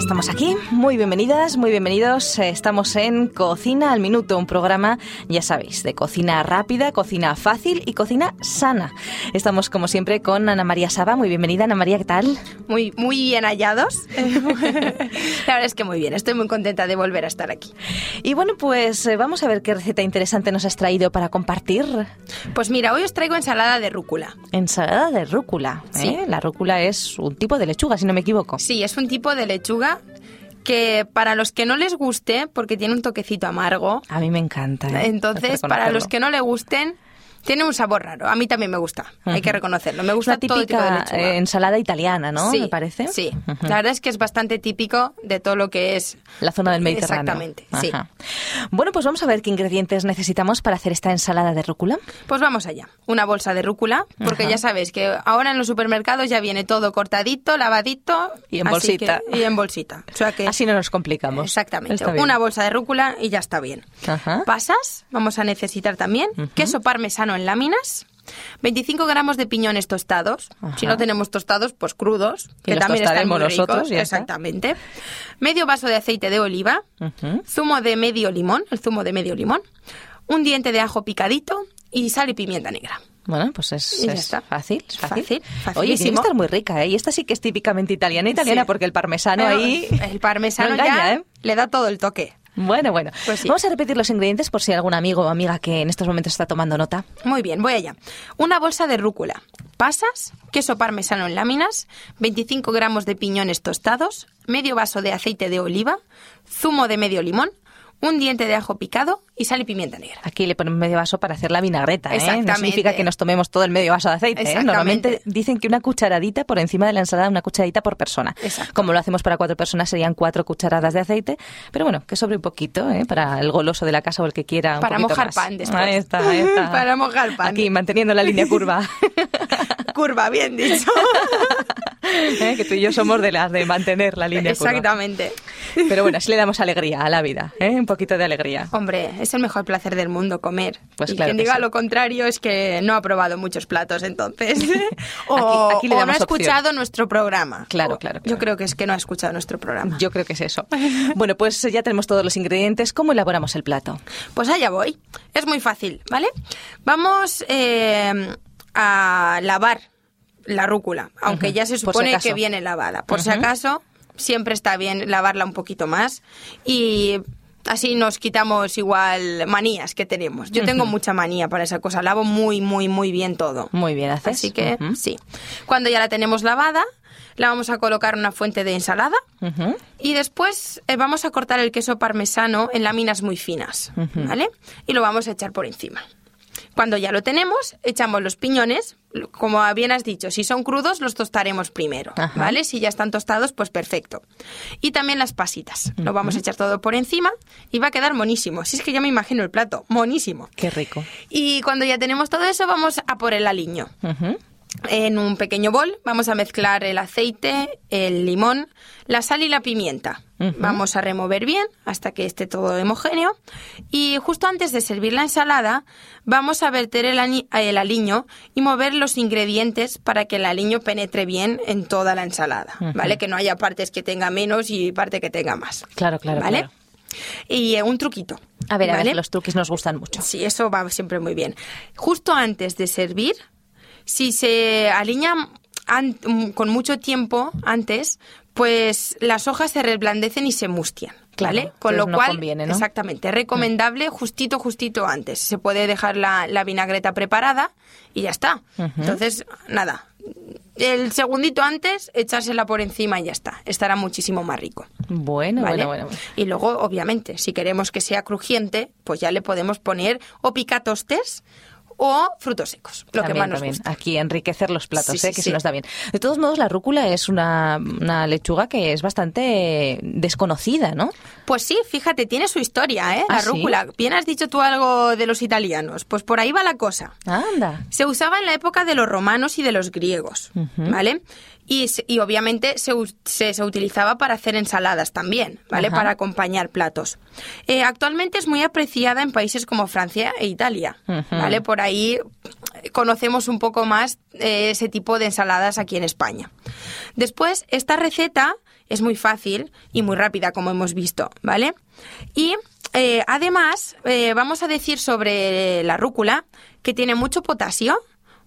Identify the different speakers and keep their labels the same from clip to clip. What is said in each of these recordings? Speaker 1: estamos aquí. Muy bienvenidas, muy bienvenidos. Eh, Estamos en Cocina al Minuto, un programa, ya sabéis, de cocina rápida, cocina fácil y cocina sana. Estamos, como siempre, con Ana María Saba. Muy bienvenida, Ana María, ¿qué tal?
Speaker 2: Muy, muy bien hallados. La verdad es que muy bien, estoy muy contenta de volver a estar aquí.
Speaker 1: Y bueno, pues vamos a ver qué receta interesante nos has traído para compartir.
Speaker 2: Pues mira, hoy os traigo ensalada de rúcula.
Speaker 1: Ensalada de rúcula. ¿eh?
Speaker 2: Sí.
Speaker 1: La rúcula es un tipo de lechuga, si no me equivoco.
Speaker 2: Sí, es un tipo de lechuga que para los que no les guste, porque tiene un toquecito amargo,
Speaker 1: A mí me encanta. ¿eh? Hay que
Speaker 2: entonces para
Speaker 1: reconocerlo.
Speaker 2: los que no le gusten, tiene un sabor raro. A mí también me gusta, hay que
Speaker 1: Ujú.
Speaker 2: reconocerlo. Me
Speaker 1: Es
Speaker 2: gusta
Speaker 1: la típica
Speaker 2: todo tipo de lechuga.
Speaker 1: eh, ensalada italiana, ¿no?
Speaker 2: Sí,
Speaker 1: me parece.
Speaker 2: Sí,
Speaker 1: Ujú.
Speaker 2: la verdad es que es bastante típico de todo lo que es
Speaker 1: La zona del Mediterráneo.
Speaker 2: Exactamente, sí.
Speaker 1: Ajá. Bueno, pues vamos a ver qué ingredientes necesitamos para hacer esta ensalada de rúcula.
Speaker 2: Pues vamos allá. Una bolsa de rúcula, porque ya sabéis que ahora en los supermercados ya viene todo cortadito, lavadito.
Speaker 1: Y en
Speaker 2: así
Speaker 1: bolsita.
Speaker 2: que- y en bolsita. O sea que.
Speaker 1: Así no nos complicamos.
Speaker 2: Exactamente.
Speaker 1: Está bien.
Speaker 2: Una bolsa de rúcula y ya está bien.
Speaker 1: Ajá.
Speaker 2: Pasas, vamos a necesitar también queso parmesano en láminas. 25 gramos de piñones tostados.
Speaker 1: Ajá.
Speaker 2: Si no tenemos tostados, pues crudos, que
Speaker 1: los
Speaker 2: también están muy
Speaker 1: tostaremos nosotros,
Speaker 2: ricos.
Speaker 1: ya está.
Speaker 2: Exactamente. Medio vaso de aceite de oliva,
Speaker 1: Ujú.
Speaker 2: zumo de medio limón, el zumo de medio limón, un diente de ajo picadito y sal y pimienta negra.
Speaker 1: Bueno, pues es,
Speaker 2: Y ya
Speaker 1: es
Speaker 2: está.
Speaker 1: fácil, es fácil.
Speaker 2: Fácil,
Speaker 1: Oye, tiene que
Speaker 2: facilísimo.
Speaker 1: estar muy rica, ¿eh? Y esta sí que es típicamente italiana, italiana,
Speaker 2: Sí.
Speaker 1: porque el parmesano
Speaker 2: Pero
Speaker 1: ahí...
Speaker 2: El parmesano
Speaker 1: no engaña,
Speaker 2: ya
Speaker 1: ¿eh?
Speaker 2: le da todo el toque.
Speaker 1: Bueno, bueno.
Speaker 2: Pues sí.
Speaker 1: Vamos a repetir los ingredientes por si hay algún amigo o amiga que en estos momentos está tomando nota.
Speaker 2: Muy bien, voy allá. Una bolsa de rúcula, pasas, queso parmesano en láminas, 25 gramos de piñones tostados, medio vaso de aceite de oliva, zumo de medio limón, un diente de ajo picado y sal y pimienta negra.
Speaker 1: Aquí le ponemos medio vaso para hacer la vinagreta, ¿eh? No
Speaker 2: Exactamente.
Speaker 1: significa que nos tomemos todo el medio vaso de aceite, ¿eh?
Speaker 2: Exactamente.
Speaker 1: Normalmente dicen que una cucharadita por encima de la ensalada, una cucharadita por persona.
Speaker 2: Exacto.
Speaker 1: Como lo hacemos para cuatro personas, serían cuatro cucharadas de aceite, pero bueno, que sobre un poquito, ¿eh? Para el goloso de la casa o el que quiera un
Speaker 2: Para
Speaker 1: poquito
Speaker 2: mojar
Speaker 1: más.
Speaker 2: pan después.
Speaker 1: Ahí está, ahí está.
Speaker 2: Para mojar pan.
Speaker 1: Aquí, manteniendo la línea curva.
Speaker 2: Curva, bien dicho.
Speaker 1: ¿Eh? Que tú y yo somos de las de mantener la línea curva.
Speaker 2: Exactamente.
Speaker 1: Pero bueno, así le damos alegría a la vida, ¿eh? Un poquito de alegría.
Speaker 2: Hombre, es el mejor placer del mundo comer.
Speaker 1: Pues
Speaker 2: y
Speaker 1: claro
Speaker 2: quien
Speaker 1: que
Speaker 2: diga
Speaker 1: sí.
Speaker 2: lo contrario es que no ha probado muchos platos entonces. o
Speaker 1: Aquí- aquí le
Speaker 2: o no ha
Speaker 1: damos opción.
Speaker 2: escuchado nuestro programa.
Speaker 1: Claro,
Speaker 2: O-
Speaker 1: claro, claro.
Speaker 2: Yo creo que es que no ha escuchado nuestro programa.
Speaker 1: Yo creo que es eso. Bueno, pues ya tenemos todos los ingredientes. ¿Cómo elaboramos el plato?
Speaker 2: Pues allá voy. Es muy fácil, ¿vale? Vamos eh, a lavar la rúcula, aunque
Speaker 1: Ujú,
Speaker 2: ya se
Speaker 1: por si
Speaker 2: supone
Speaker 1: acaso.
Speaker 2: que viene lavada. Por si
Speaker 1: Ujú.
Speaker 2: acaso, siempre está bien lavarla un poquito más y así nos quitamos igual manías que tenemos. Yo tengo mucha manía para esa cosa, lavo muy, muy, muy bien todo.
Speaker 1: Muy bien, haces.
Speaker 2: Así que
Speaker 1: Ujú.
Speaker 2: sí. Cuando ya la tenemos lavada, la vamos a colocar en una fuente de ensalada.
Speaker 1: Ujú.
Speaker 2: Y después eh, vamos a cortar el queso parmesano en láminas muy finas,
Speaker 1: Ujú.
Speaker 2: ¿vale? Y lo vamos a echar por encima. Cuando ya lo tenemos, echamos los piñones, lo- como bien has dicho, si son crudos los tostaremos primero,
Speaker 1: Ajá.
Speaker 2: ¿vale? Si ya están tostados, pues perfecto. Y también las pasitas, lo vamos a echar todo por encima y va a quedar monísimo. Si es que ya me imagino el plato, monísimo.
Speaker 1: Qué rico.
Speaker 2: Y cuando ya tenemos todo eso, vamos a por el aliño.
Speaker 1: Ujú.
Speaker 2: En un pequeño bol vamos a mezclar el aceite, el limón, la sal y la pimienta.
Speaker 1: Ujú.
Speaker 2: Vamos a remover bien hasta que esté todo homogéneo. Y justo antes de servir la ensalada, vamos a verter el, ani- el aliño y mover los ingredientes para que el aliño penetre bien en toda la ensalada.
Speaker 1: Ujú.
Speaker 2: ¿Vale? Que no haya partes que tenga menos y parte que tenga más.
Speaker 1: Claro, claro,
Speaker 2: ¿Vale?
Speaker 1: claro.
Speaker 2: Y eh, un truquito.
Speaker 1: A ver, a
Speaker 2: ¿vale?
Speaker 1: ver, los truquis nos gustan mucho.
Speaker 2: Sí, eso va siempre muy bien. Justo antes de servir, si se aliña an- mm, con mucho tiempo antes, pues las hojas se reblandecen y se mustian.
Speaker 1: Claro,
Speaker 2: ¿Vale? con
Speaker 1: entonces
Speaker 2: lo
Speaker 1: no
Speaker 2: cual,
Speaker 1: conviene, ¿no? Mm.
Speaker 2: exactamente, es recomendable justito, justito antes. Se puede dejar la, la vinagreta preparada y ya está.
Speaker 1: Ujú.
Speaker 2: Entonces, nada, el segundito antes, echársela por encima y ya está. Estará muchísimo más rico.
Speaker 1: Bueno,
Speaker 2: ¿vale?
Speaker 1: bueno, bueno, bueno.
Speaker 2: Y luego, obviamente, si queremos que sea crujiente, pues ya le podemos poner o picatostes o frutos secos, lo que
Speaker 1: También,
Speaker 2: más nos
Speaker 1: también.
Speaker 2: gusta.
Speaker 1: Aquí enriquecer los platos,
Speaker 2: Sí,
Speaker 1: ¿eh?
Speaker 2: sí,
Speaker 1: que se
Speaker 2: sí.
Speaker 1: nos da bien. De todos modos, la rúcula es una, una lechuga que es bastante desconocida, ¿no?
Speaker 2: Pues sí, fíjate, tiene su historia, ¿eh? La
Speaker 1: ¿Ah, sí?
Speaker 2: rúcula. Bien has dicho tú algo de los italianos. Pues por ahí va la cosa.
Speaker 1: Anda.
Speaker 2: Se usaba en la época de los romanos y de los griegos,
Speaker 1: Ujú.
Speaker 2: ¿vale? Y, se- y obviamente se, us- se- se utilizaba para hacer ensaladas también, ¿vale?
Speaker 1: Ajá.
Speaker 2: Para acompañar platos. Eh, actualmente es muy apreciada en países como Francia e Italia,
Speaker 1: Ujú.
Speaker 2: ¿vale? Por ahí eh, conocemos un poco más eh, ese tipo de ensaladas aquí en España. Después, esta receta Es muy fácil y muy rápida, como hemos visto, ¿vale? Y eh, además, eh, vamos a decir sobre la rúcula que tiene mucho potasio,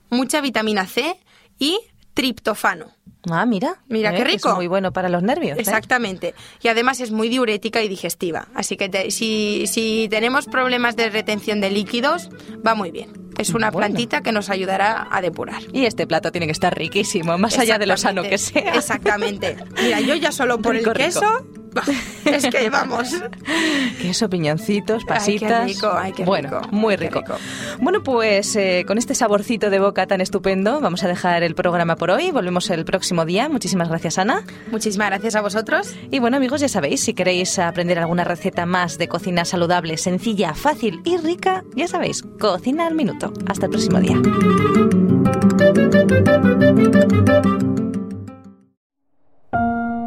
Speaker 2: mucha vitamina C y triptofano.
Speaker 1: Ah, mira.
Speaker 2: Mira, qué
Speaker 1: que
Speaker 2: rico.
Speaker 1: Es muy bueno para los nervios. ¿eh?
Speaker 2: Exactamente. Y además es muy diurética y digestiva. Así que te- si, si tenemos problemas de retención de líquidos, va muy bien. Es una
Speaker 1: Bueno.
Speaker 2: plantita que nos ayudará a depurar.
Speaker 1: Y este plato tiene que estar riquísimo, más allá de lo sano que sea.
Speaker 2: Exactamente, Exactamente. Mira, yo ya solo por
Speaker 1: Rico,
Speaker 2: el
Speaker 1: rico.
Speaker 2: queso. Es que vamos.
Speaker 1: Queso, piñoncitos,
Speaker 2: Ay, qué
Speaker 1: pasitas.
Speaker 2: rico, ay, qué
Speaker 1: bueno,
Speaker 2: rico,
Speaker 1: muy
Speaker 2: ay, qué
Speaker 1: rico.
Speaker 2: rico.
Speaker 1: Bueno, pues eh, con este saborcito de boca tan estupendo, vamos a dejar el programa por hoy. Volvemos el próximo día. Muchísimas gracias, Ana.
Speaker 2: Muchísimas gracias a vosotros.
Speaker 1: Y bueno, amigos, ya sabéis, si queréis aprender alguna receta más de cocina saludable, sencilla, fácil y rica, ya sabéis, cocina al minuto. Hasta el próximo día.